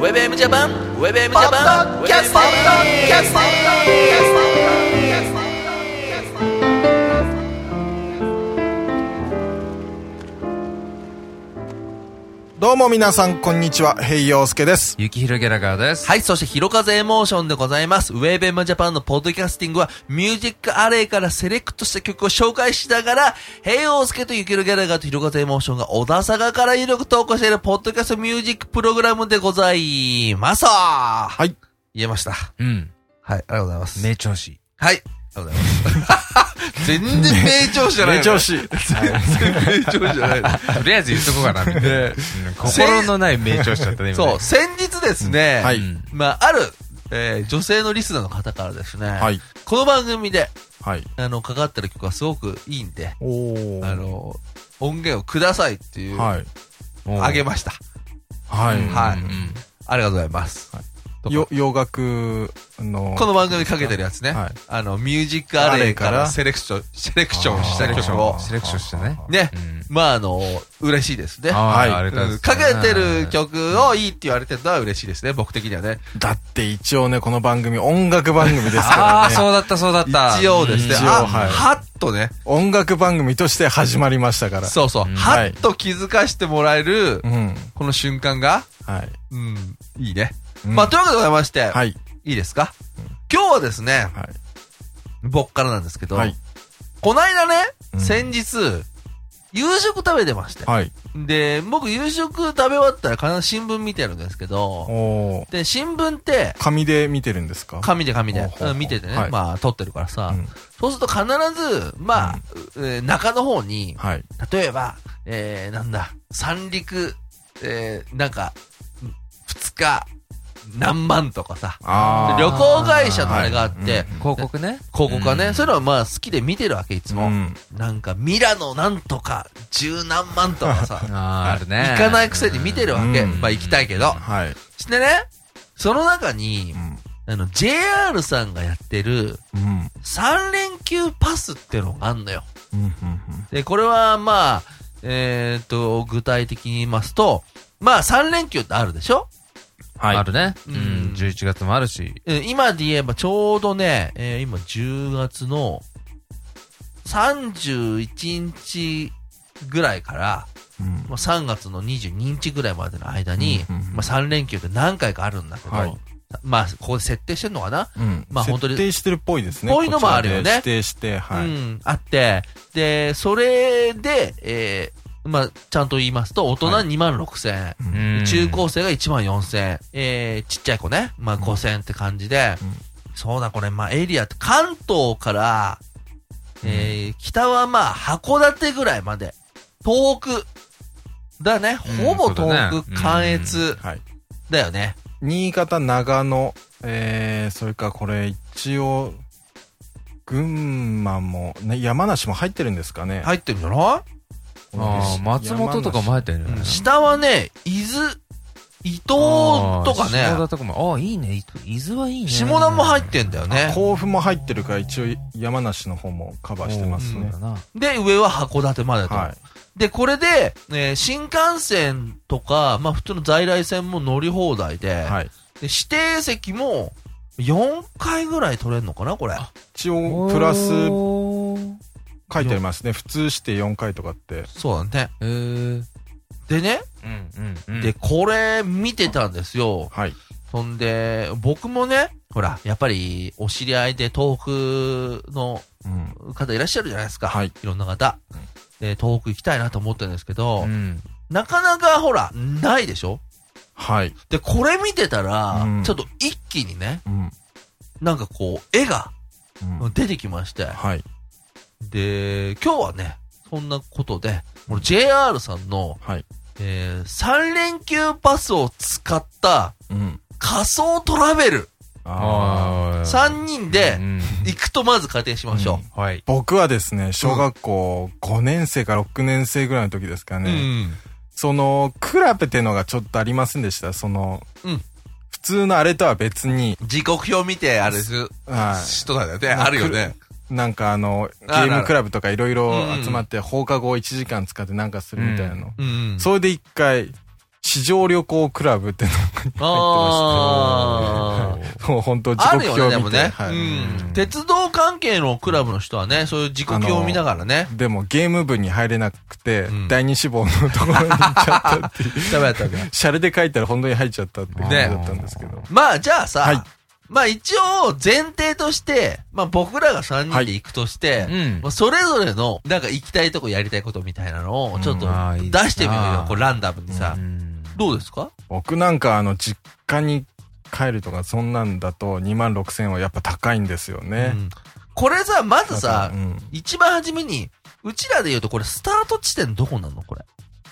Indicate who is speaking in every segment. Speaker 1: WebM ジャパン WebM ジャパン
Speaker 2: キャストキャストキャストキャストキャスト
Speaker 3: どうも皆さん、こんにちは。平洋介です。。
Speaker 4: 雪広ギャラガーです。
Speaker 1: はい、そして、ひろかぜエモーションでございます。ウェーベムジャパンのポッドキャスティングは、ミュージックアレイからセレクトした曲を紹介しながら、平洋介とゆきるギャラガーとひろかぜエモーションが小田坂から有力投稿しているポッドキャストミュージックプログラムでございます。はい言えました。はい、
Speaker 4: うん。
Speaker 1: ありがとうございます。
Speaker 4: 名調子。
Speaker 1: はい。ありがとうござい ます。全然名調子じゃない。
Speaker 3: 名調。子。
Speaker 1: 全然名調子じゃないの。
Speaker 4: とりあえず言っとこうかな、みたいな。うん心のない名調子だったね、今ね
Speaker 1: そう、先日ですね、
Speaker 3: はい
Speaker 4: うん
Speaker 1: まあ、ある、えー女性のリスナーの方からですね、
Speaker 3: はい。
Speaker 1: この番組で、
Speaker 3: はい。
Speaker 1: あの、かかってる曲がすごくいいんで、
Speaker 3: おー
Speaker 1: あ、の、音源をくださいっていう、
Speaker 3: はい。
Speaker 1: あげました。
Speaker 3: はい。
Speaker 1: は
Speaker 4: うんうん
Speaker 1: ありがとうございます。とか
Speaker 3: よ、洋楽の、
Speaker 1: この番組かけてるやつね、
Speaker 3: はい
Speaker 1: あの、ミュージックアレイか
Speaker 3: アレイからら
Speaker 1: セレクション、セレクションし
Speaker 4: セ
Speaker 1: た
Speaker 4: レクシ
Speaker 1: 曲
Speaker 4: ョ
Speaker 1: を
Speaker 4: ン。、セレクションしてね。
Speaker 1: ね
Speaker 4: う、ん
Speaker 1: まあ、あの、嬉しいですね。
Speaker 4: あ
Speaker 3: はい
Speaker 4: ーありがとう
Speaker 1: うん
Speaker 4: ござ
Speaker 1: か
Speaker 4: います
Speaker 1: けてる曲をいいって言われてるのは嬉しいですね、僕的にはね。
Speaker 3: だって一応ね、この番組、音楽番組です
Speaker 4: あ
Speaker 3: か
Speaker 4: あ、
Speaker 3: らね。
Speaker 4: そうだった、そうだった。
Speaker 1: 一応ですね、
Speaker 3: 一応
Speaker 1: あ、
Speaker 3: はい
Speaker 1: はっとね、
Speaker 3: 音楽番組として始まりましたから。
Speaker 1: そうそう、
Speaker 4: うん
Speaker 1: はっと気づかしてもらえる
Speaker 3: う。、ん。
Speaker 1: この瞬間が、
Speaker 3: はい。
Speaker 1: うん、いいね。
Speaker 3: うん
Speaker 1: まあ、というわけでございまして、、
Speaker 3: はいい。
Speaker 1: いですか今日はですね、
Speaker 3: はい。
Speaker 1: 僕からなんですけど、
Speaker 3: はい。
Speaker 1: こないだね、
Speaker 3: うん
Speaker 1: 先日、夕食食べてまして、
Speaker 3: はい。
Speaker 1: で、僕夕食食べ終わったら必ず新聞見てるんですけど、
Speaker 3: おー
Speaker 1: で、新聞って、
Speaker 3: 紙で見てるんですか
Speaker 1: 紙で紙で
Speaker 3: ほうほうほう
Speaker 1: うん見ててね、
Speaker 3: はい
Speaker 1: まあ撮ってるからさ、
Speaker 3: うん
Speaker 1: そうすると必ず、まあ、えー中の方に、
Speaker 3: はい。
Speaker 1: 例えば、えー、なんだ、三陸、えー、なんか、ん二日、何万とかさ、で
Speaker 3: あ
Speaker 1: 旅行会社のあれがあって、
Speaker 3: はい
Speaker 4: 広告ね。
Speaker 1: 広告はね、
Speaker 4: うん、
Speaker 1: そういうのはまあ好きで見てるわけ、いつ
Speaker 3: ー
Speaker 1: も。
Speaker 3: うん。
Speaker 1: なんか、ミラノなんとか、十何万とか さ
Speaker 4: あーあるね。
Speaker 1: 行かないくせに見てるわけ。
Speaker 3: うん
Speaker 1: まあ行きたいけど。
Speaker 3: はい。
Speaker 1: してね、その中に
Speaker 3: う、ん。
Speaker 1: あの、JR さんがやってる、
Speaker 3: うん。
Speaker 1: 3連休パスってのがあんのよ。
Speaker 3: うん。うん
Speaker 1: で、これは、まあ、えーっと、具体的に言いますと、まあ、3連休ってあるでしょ
Speaker 3: はい
Speaker 4: あるね。
Speaker 1: う
Speaker 4: う
Speaker 1: んん。
Speaker 4: 11月もあるし。
Speaker 1: うん今で言えば、ちょうどね、えー今、10月の31日ぐらいから、
Speaker 3: うん
Speaker 1: まあ、3月の22日ぐらいまでの間に、
Speaker 3: うんうんうん
Speaker 1: まあ、3連休って何回かあるんだけど、
Speaker 3: はい
Speaker 1: まあ、ここで設定してんのかな、
Speaker 3: うん。
Speaker 1: まあ本当に
Speaker 3: 設定してるっぽいですね。
Speaker 1: ぽいのもあるよね
Speaker 3: こちらで指定して、は
Speaker 1: う
Speaker 3: い。
Speaker 1: ん、あって、で、それで、えーまあ、ちゃんと言いますと、大人2万6千円、
Speaker 4: うん
Speaker 1: 中高生が1万4000円。えー、ちっちゃい子ね。まあ5000円って感じで。
Speaker 3: うん
Speaker 1: そうだ、これ、まあエリアって、関東から、えー、北はまあ函館ぐらいまで。東北。だね。
Speaker 4: うん
Speaker 1: ほぼ
Speaker 4: そうだ
Speaker 1: 東
Speaker 4: ね
Speaker 1: 北、関越
Speaker 3: はい。
Speaker 1: だよね。
Speaker 3: 新潟、長野、えー、それからこれ一応、群馬も、ね、山梨も入ってるんですかね。
Speaker 1: 入ってるんじゃな
Speaker 4: ああ、松本とかも入ってるよ
Speaker 1: い、
Speaker 4: ね。
Speaker 1: 下はね、伊豆、伊東とかね
Speaker 4: あー下。田とかも。ああ、いいね。い伊豆はいいね。
Speaker 1: 下田も入ってんだよね。
Speaker 3: 甲府も入ってるから、一応山梨の方もカバーしてます
Speaker 4: そう
Speaker 3: ね
Speaker 4: だ。な。
Speaker 1: で、上は函館までと。
Speaker 3: はい。
Speaker 1: で、これで、えー新幹線とか、まあ普通の在来線も乗り放題で、
Speaker 3: はい。
Speaker 1: で指定席も4回ぐらい取れるのかな、これ。
Speaker 3: 一応、プラス書
Speaker 4: おー
Speaker 3: いてありますね。普通して4回とかって。
Speaker 1: そうだね。
Speaker 4: えー
Speaker 1: でね、
Speaker 4: うんうんうん
Speaker 1: で、これ見てたんですよ。
Speaker 3: はい。
Speaker 1: そんで、僕もね、ほら、やっぱりお知り合いで東北の
Speaker 3: うん。
Speaker 1: 方いらっしゃるじゃないですか。
Speaker 3: はい
Speaker 1: いろんな方。で、東北行きたいなと思ってるんですけど、
Speaker 4: うん
Speaker 1: なかなかほら、ないでしょ
Speaker 3: はい。
Speaker 1: で、これ見てたら、
Speaker 3: うん
Speaker 1: ちょっと一気にね、
Speaker 3: うん。
Speaker 1: なんかこう、絵が
Speaker 3: うん
Speaker 1: 出てきまして、
Speaker 3: はい。
Speaker 1: で、今日はね、そんなことで、この JR さんの、
Speaker 3: はい。
Speaker 1: えー、3連休パスを使った
Speaker 3: うん。
Speaker 1: 仮想トラベル。
Speaker 3: ああ。
Speaker 4: あー
Speaker 1: 3人で
Speaker 4: うん
Speaker 1: 行くとまず仮定しましょ
Speaker 4: はい。
Speaker 3: 僕はですね、小学校5年生か6年生ぐらいの時ですか
Speaker 1: う。
Speaker 3: ね。その、クラペってのがちょっとありませんでした。その、
Speaker 1: うん
Speaker 3: 普通のあれとは別に、
Speaker 1: 時刻表見て、あれする
Speaker 3: は
Speaker 1: 人なんだよね。あるよね。
Speaker 3: い。なんかあの、ゲ
Speaker 1: ある
Speaker 3: ームクラブとかいろいろ
Speaker 1: うん
Speaker 3: 集まって放課後1時間使ってなんかするみたいなの。
Speaker 1: うん。
Speaker 3: それで一回、指地上旅行クラブっていうのが入って
Speaker 1: あ
Speaker 3: まし
Speaker 1: ー
Speaker 3: て、もう本当時
Speaker 1: あ
Speaker 3: 刻
Speaker 1: るよね、
Speaker 3: 表
Speaker 1: で
Speaker 3: を
Speaker 1: も
Speaker 3: 見て、
Speaker 1: ね、
Speaker 3: はい
Speaker 1: うん。鉄道関係のクラブの人はね、そういう時刻表を見ながらね。
Speaker 3: でもゲーム部に入れなくて、
Speaker 1: ん
Speaker 3: 第二志望のところに行っちゃったっていう
Speaker 1: ダメだったんだ。
Speaker 3: シャレで書いたら本当に入っちゃったっていう感じ
Speaker 1: ね
Speaker 3: だったんですけど。
Speaker 1: まあ、じゃあさ、
Speaker 3: はい
Speaker 1: まあ一応前提として、まあ僕らが3人で行くとして、
Speaker 4: いうん
Speaker 1: まあそれぞれのなんか行きたいとこやりたいことみたいなのをちょっと
Speaker 4: うんあーいい
Speaker 1: 出してみよう
Speaker 4: な
Speaker 1: よ、こうランダムにさ。
Speaker 4: うん
Speaker 1: どうですか
Speaker 3: 僕なんかあの実家に帰るとかそんなんだと2万6千はやっぱ高いんですよね。
Speaker 1: うんこれさ、まずさ、
Speaker 3: うん
Speaker 1: 一番初めに、うちらで言うとこれスタート地点どこなのこれ。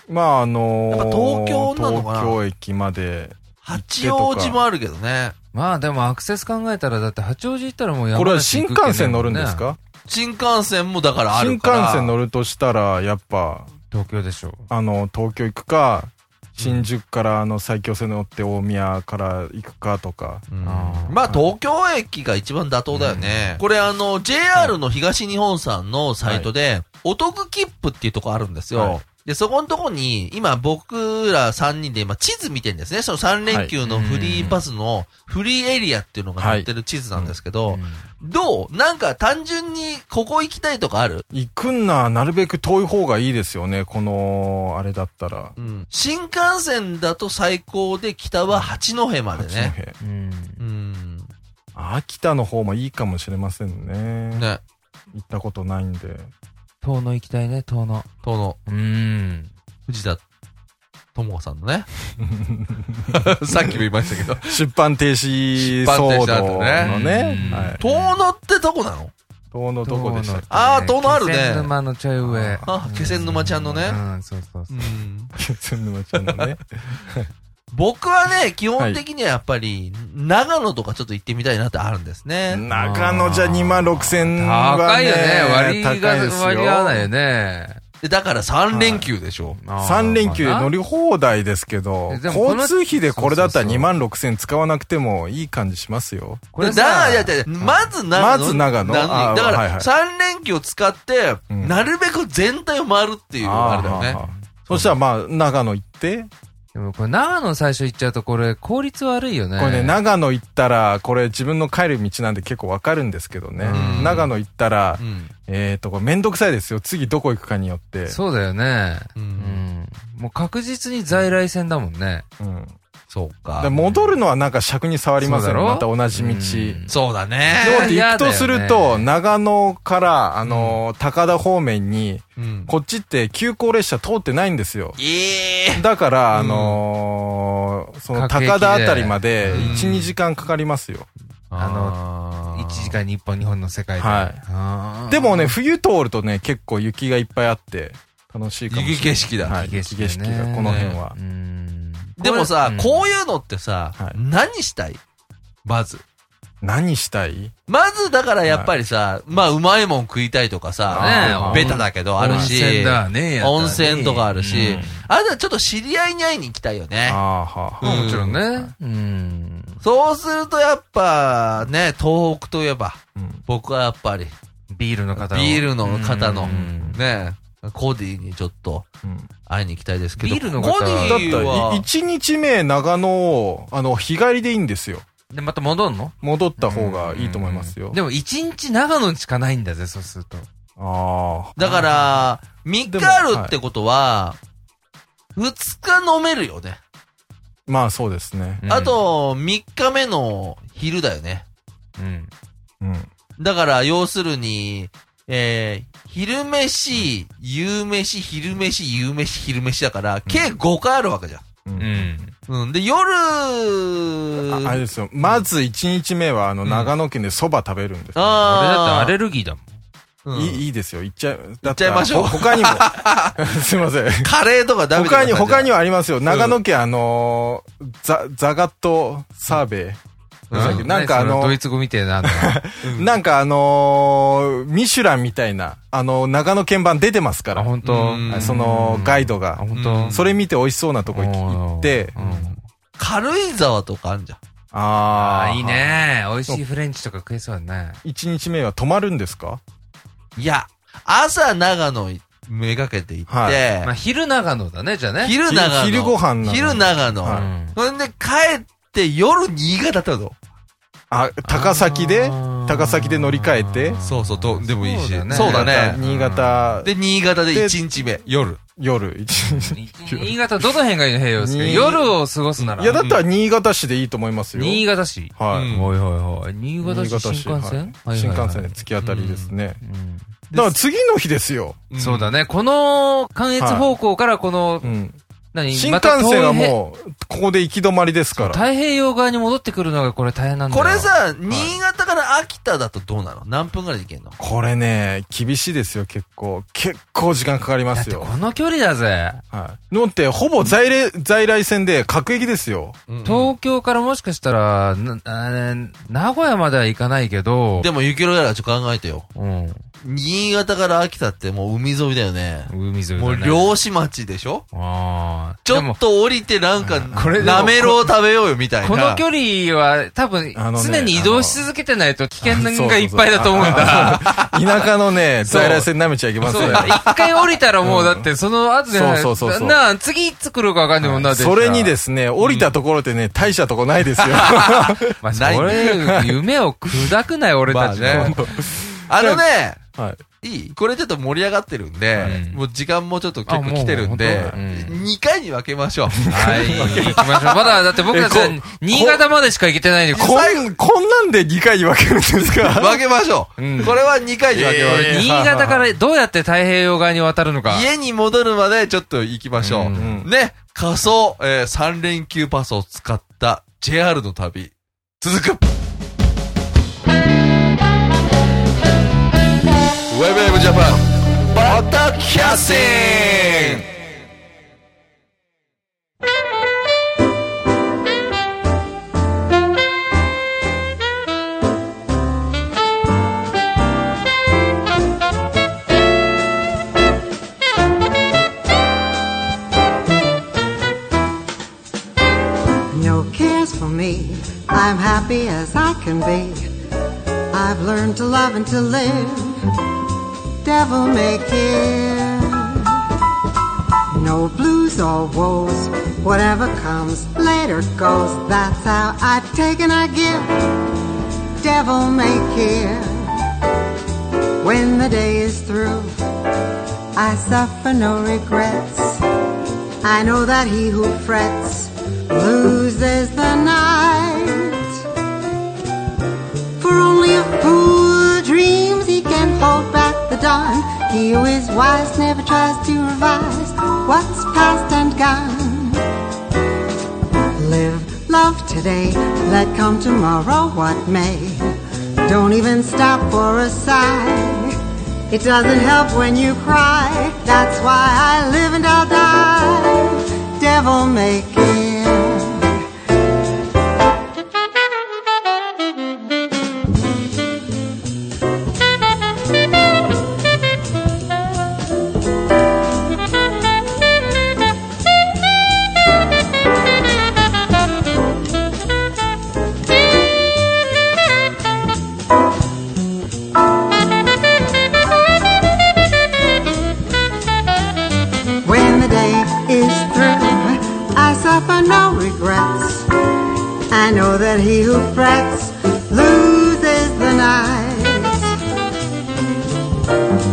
Speaker 3: まああの
Speaker 1: や
Speaker 3: ー
Speaker 1: っぱ東京なのかな
Speaker 3: 東京駅まで。
Speaker 1: 八王子もあるけどね。
Speaker 4: まあでもアクセス考えたらだって八王子行ったらもう山梨
Speaker 3: これは新幹線乗るんですか
Speaker 1: 新幹線もだからあ
Speaker 3: 新
Speaker 1: る
Speaker 3: 幹
Speaker 1: から。
Speaker 3: 線乗るとしたら、やっぱ、
Speaker 4: 東京でしょ
Speaker 3: あの、東京行くか、新宿からあの埼京線乗って大宮から行くかとか。
Speaker 1: うん
Speaker 4: あー
Speaker 1: まあ東京駅が一番妥当だよね。これあの JR の東日本さんのサイトで、お得切符っていうとこあるんですよ。
Speaker 3: はい
Speaker 1: で、そこのとこに、今僕ら3人で今地図見てんですね。その3連休のフリーパスのフリーエリアっていうのが載ってる地図なんですけど、どうなんか単純にここ行きたいとかある
Speaker 3: 行くんならなるべく遠い方がいいですよね、この、あれだったら。
Speaker 1: うん。新幹線だと最高で北は八戸まで
Speaker 3: 八
Speaker 1: ね。
Speaker 3: 戸
Speaker 4: うん
Speaker 1: うん。
Speaker 3: 秋田の方もいいかもしれませんね。
Speaker 1: ね、
Speaker 3: 行ったことないんで。
Speaker 4: 遠野行きたいね遠野
Speaker 1: 東の
Speaker 4: うん
Speaker 1: 藤田智子さんの ね。さっきも言いましたけど。
Speaker 3: 出版停止
Speaker 1: 出版停
Speaker 3: 騒
Speaker 1: 止だった
Speaker 3: 動のね
Speaker 4: ね。
Speaker 3: はい。
Speaker 1: 遠野ってとこなの
Speaker 3: 遠野どこでしたっけ
Speaker 1: あー遠野あるね
Speaker 4: 気仙沼の茶上上
Speaker 1: あ、気仙沼ちゃんのね
Speaker 4: う。んそうそう
Speaker 1: う。
Speaker 4: そうん
Speaker 3: 気仙沼ちゃんの ね。
Speaker 1: 僕はね、基本的にはやっぱり、長野とかちょっと行ってみたいなってあるんですね。
Speaker 3: 中野じゃ2万6千は、ね、
Speaker 4: 高いよね割りが
Speaker 3: 高いですよ
Speaker 4: 割り合わないよね
Speaker 1: でだから3連休でしょ。
Speaker 3: 3連休で乗り放題ですけど、
Speaker 4: えでもこ
Speaker 3: 交
Speaker 4: の
Speaker 3: 通費でこれだったら
Speaker 4: そうそうそ
Speaker 3: 2
Speaker 4: う
Speaker 3: 万6千使わなくてもいい感じしますよ。
Speaker 4: これ
Speaker 1: でだ
Speaker 4: さ
Speaker 1: いやいやいやまず長野。
Speaker 3: まず長野あー
Speaker 1: だか
Speaker 3: はいは
Speaker 1: ら、
Speaker 3: い
Speaker 1: 3連休を使って、
Speaker 3: うん
Speaker 1: なるべく全体を回るっていうのがあれだよ
Speaker 3: あーはーは
Speaker 1: ね。
Speaker 3: ーそしたらまあ、長野行って、
Speaker 4: でもこれ長野最初行っちゃうとこれ効率悪いよね
Speaker 3: これね、長野行ったら、これ自分の帰る道なんで結構わかるんですけどね
Speaker 1: う。ん
Speaker 3: 長野行ったら
Speaker 1: う、ん。
Speaker 3: えーと、これめんどくさいですよ。次どこ行くかによって。
Speaker 4: そうだよね
Speaker 1: う。
Speaker 4: うんんもう確実に在来線だもんね
Speaker 3: うん
Speaker 1: そう
Speaker 3: で
Speaker 1: か。
Speaker 3: 戻るのはなんか尺に触りますよ
Speaker 4: そ
Speaker 3: ね。
Speaker 4: うだろ
Speaker 3: また同じ道。
Speaker 4: うん
Speaker 1: そうだ
Speaker 3: そう
Speaker 1: ね。
Speaker 3: で行くとする
Speaker 4: 嫌だよ
Speaker 3: と、
Speaker 4: ね
Speaker 3: 長野から、あのー、高田方面に、
Speaker 1: うん。
Speaker 3: こっちって急行列車通ってないんですよ。
Speaker 1: ええ。
Speaker 3: だから、
Speaker 1: う
Speaker 3: あ
Speaker 1: ん
Speaker 3: のーその
Speaker 4: 各駅で
Speaker 3: 高田あたりまで
Speaker 1: うん
Speaker 3: 1、2時間かかりますよ。
Speaker 4: あ
Speaker 1: の
Speaker 4: 1時間に1本2本の世界で
Speaker 3: はい
Speaker 4: あー
Speaker 3: でもね、冬通るとね、結構雪がいっぱいあって、楽しいかもしれない。
Speaker 1: 雪景色だ
Speaker 3: はい、雪
Speaker 4: 雪
Speaker 3: 景
Speaker 4: 景
Speaker 3: 色
Speaker 4: 色
Speaker 3: が
Speaker 4: だよね、
Speaker 3: この辺は
Speaker 4: う。ん
Speaker 1: でもさ、
Speaker 4: れ
Speaker 1: こういうのってさ、
Speaker 3: はい
Speaker 1: 何したいまず。
Speaker 3: 何したい
Speaker 1: まずだからやっぱりさ、まあうまいもん食いたいとかさ、
Speaker 4: ね
Speaker 1: ベタだけどあるし、
Speaker 4: 温泉だねやったらね
Speaker 1: 温泉とかあるし、
Speaker 4: うん
Speaker 1: あとはちょっと知り合いに会いに行きたいよね。
Speaker 3: あーはーはー
Speaker 1: うん
Speaker 4: もちろんねうん
Speaker 1: そうするとやっぱね、東北といえば、
Speaker 3: うん
Speaker 1: 僕はやっぱり
Speaker 4: ビールの方を
Speaker 1: ビールの方の
Speaker 4: うん、
Speaker 1: ね、コーディにちょっと
Speaker 3: うん
Speaker 1: 会いに行きたいですけど、
Speaker 4: ビールの方
Speaker 1: コーデ
Speaker 3: だっ
Speaker 1: ィ
Speaker 3: たら、
Speaker 1: は、
Speaker 3: 1日目長野を、あの、日帰りでいいんですよ。
Speaker 4: でまた戻んの
Speaker 3: 戻った方がいいと思いますよ。
Speaker 4: でも一日長野にしかないんだぜ、そうすると。
Speaker 3: あ
Speaker 1: だから、3日あ
Speaker 3: でも
Speaker 1: る
Speaker 3: はい
Speaker 1: ってことは、2日飲めるよね。
Speaker 3: あ、まあそうですね。
Speaker 1: あ、と、3日目の昼だよね。
Speaker 4: うん。
Speaker 3: うん。
Speaker 1: だから、要するに、えー、昼飯、夕飯、昼飯、夕飯、昼飯だから、計5回あるわけじゃん。
Speaker 3: うん
Speaker 4: うん。
Speaker 1: うん。で、夜、
Speaker 3: ああれですよ。まず1日目は、あの、長野県で蕎麦食べるんですよ。
Speaker 4: 俺だってア
Speaker 1: あー
Speaker 4: レルギーだもん。
Speaker 1: うん
Speaker 3: いいいいですよ。行っちゃい、だっ
Speaker 1: ちゃいましょう
Speaker 3: ほ他にも。 すいません。
Speaker 1: カレーとかダメ
Speaker 3: 他に、他に
Speaker 1: は、
Speaker 3: はありますよ。長野県、あのー、ザ、ザガットサーベ
Speaker 4: う
Speaker 3: イ。なんかあ
Speaker 4: 何そ
Speaker 3: の
Speaker 4: ドイ、ツ語みてえな。
Speaker 3: なんかあのー、ミシュランみたいな、あの、長野県版出てますか
Speaker 4: あ、
Speaker 3: ら。
Speaker 4: 本当
Speaker 1: うん
Speaker 3: その、ガイド
Speaker 4: あ、
Speaker 3: が。
Speaker 4: 本
Speaker 1: うん
Speaker 4: 当
Speaker 3: それ見て美味しそうなとこ行って、
Speaker 4: うん
Speaker 1: 軽井沢とかあんじゃん。
Speaker 3: あ
Speaker 4: あ
Speaker 3: ー
Speaker 4: ー、いい。ね。美味しいフレンチとか食えそうだね。
Speaker 3: 1日目は泊まるんですか
Speaker 1: いや、朝長野行っめがけていって、
Speaker 3: は
Speaker 4: まあ、昼長野だね、じゃあね。
Speaker 1: 昼長野。
Speaker 3: 昼ご飯なの
Speaker 1: 昼長野。
Speaker 3: は
Speaker 1: ほんで、帰って夜新潟だったの。
Speaker 3: あ、高崎で
Speaker 4: あー
Speaker 3: 高崎で乗り換えて、
Speaker 1: そうそう、と、でもいいし。
Speaker 4: そうだね
Speaker 1: そうだね。
Speaker 3: 新潟、
Speaker 1: で、新潟で1日目、夜。
Speaker 3: 夜一日。
Speaker 4: 新潟どの辺がいいの平洋ですか
Speaker 3: に
Speaker 4: 夜を過ごすなら。
Speaker 3: いや、だったら新潟市でいいと思いますよ。
Speaker 4: 新潟市。
Speaker 3: は
Speaker 1: う
Speaker 3: い。
Speaker 1: ん
Speaker 4: はいはいはい。新
Speaker 3: 新
Speaker 4: 潟市
Speaker 3: 潟市
Speaker 4: 新幹線
Speaker 3: はい新幹線で
Speaker 4: で
Speaker 3: 突き当たりですね。
Speaker 4: うん
Speaker 3: だから次の日ですよ。
Speaker 1: ん
Speaker 4: そうだね。この、関越方向からこの
Speaker 3: う、ん。
Speaker 4: 何
Speaker 3: 新
Speaker 4: ま
Speaker 3: 幹
Speaker 4: た遠い
Speaker 3: 線はもう、ここで行き止まりですから。
Speaker 4: 太平洋側に戻ってくるのがこれ大変なんだよ
Speaker 1: これ、さ、新潟から秋田だとどうなの何分ぐらいで行けんの
Speaker 3: これね、厳しいですよ、結構。結構時間かかりま
Speaker 4: だっ
Speaker 3: す
Speaker 4: て
Speaker 3: よ。
Speaker 4: この距離だぜ。
Speaker 3: はい。のって、ほぼ在来、在来線で各駅ですよ。
Speaker 4: 東京からもしかしたら、なあー名古屋までは行かないけど、
Speaker 1: でも、雪のやらちょっと考えてよ。
Speaker 4: うん。
Speaker 1: 新潟から秋田ってもう海沿いだよね。
Speaker 4: 海沿いだね。
Speaker 1: もう漁師町でしょ
Speaker 4: ああ。
Speaker 1: ちょっと降りてなんか、
Speaker 4: これでも
Speaker 1: なめろう食べようよみたいな。
Speaker 4: この距離は多分、
Speaker 3: あのね
Speaker 4: 常に移動し続けてないと危険
Speaker 3: そうそう
Speaker 4: が
Speaker 3: そう
Speaker 4: いっぱいだと思うんだ。
Speaker 3: 田舎のね、
Speaker 4: そう
Speaker 3: 在来線舐めちゃいけません
Speaker 4: そう
Speaker 3: よ。
Speaker 4: だ。一回降りたらもうだって、その後で、
Speaker 3: そうそうそうそう
Speaker 4: なあ、次いつ来るかわかんないもんな、。
Speaker 3: それにですすね、降りたところでね、大したとこない ですよ。
Speaker 4: まあ、そ
Speaker 1: ない
Speaker 4: れ、夢を砕くなよ、俺たち
Speaker 1: まあ
Speaker 4: の
Speaker 1: ね。あのね、
Speaker 3: は
Speaker 1: い
Speaker 3: い。
Speaker 1: いこれちょっと盛り上がってるんで
Speaker 4: う、ん
Speaker 1: もう時間もちょっと結
Speaker 4: あ
Speaker 1: 構
Speaker 4: もう
Speaker 1: 来てるんで
Speaker 4: 本、当う
Speaker 1: 2回に分けましょう。
Speaker 4: はい、行 きましょう。まだ、だって僕たちは
Speaker 3: えこ
Speaker 4: 新潟までしか行けてな いんで、
Speaker 3: こん、こんなんで2回に分けるんです か
Speaker 1: 分けましょう。
Speaker 4: うん
Speaker 1: これは2回に分けましょう。
Speaker 3: えー
Speaker 4: 新潟からどうやって太平洋側に渡るのか。
Speaker 1: 家に戻るまでちょっと行きましょう。
Speaker 4: うん
Speaker 1: ね、仮想、え3連休パスを使った JR の旅、続くウェブウェブジャパン、バタキャスティング
Speaker 5: No cares for me. I'm happy as I can be. I've learned to love and to live. Devil may care. No blues or woes. Whatever comes later goes. That's how I take and I give. Devil may care. When the day is through, I suffer no regrets. I know that he who frets loses the night. For only a fool dreams he can hold back the dawn. He who is wise never tries to revise what's past and gone. Live, love today, let come tomorrow what may. Don't even stop for a sigh. It doesn't help when you cry. That's why I live and I'll die. Devil may care. When the day is through, I suffer no regrets. I know that he who frets loses the night.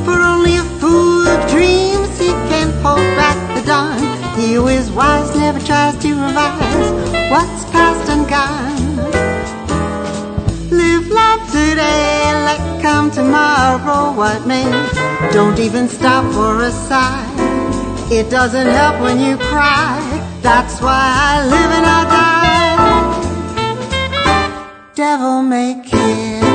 Speaker 5: For only a fool dreams he can hold back the dawn. He who is wise never tries to revise what's past and gone. Live life today, let come tomorrow what may. Don't even stop for a sigh. It doesn't help when you cry. That's why I live and I die. Devil may care.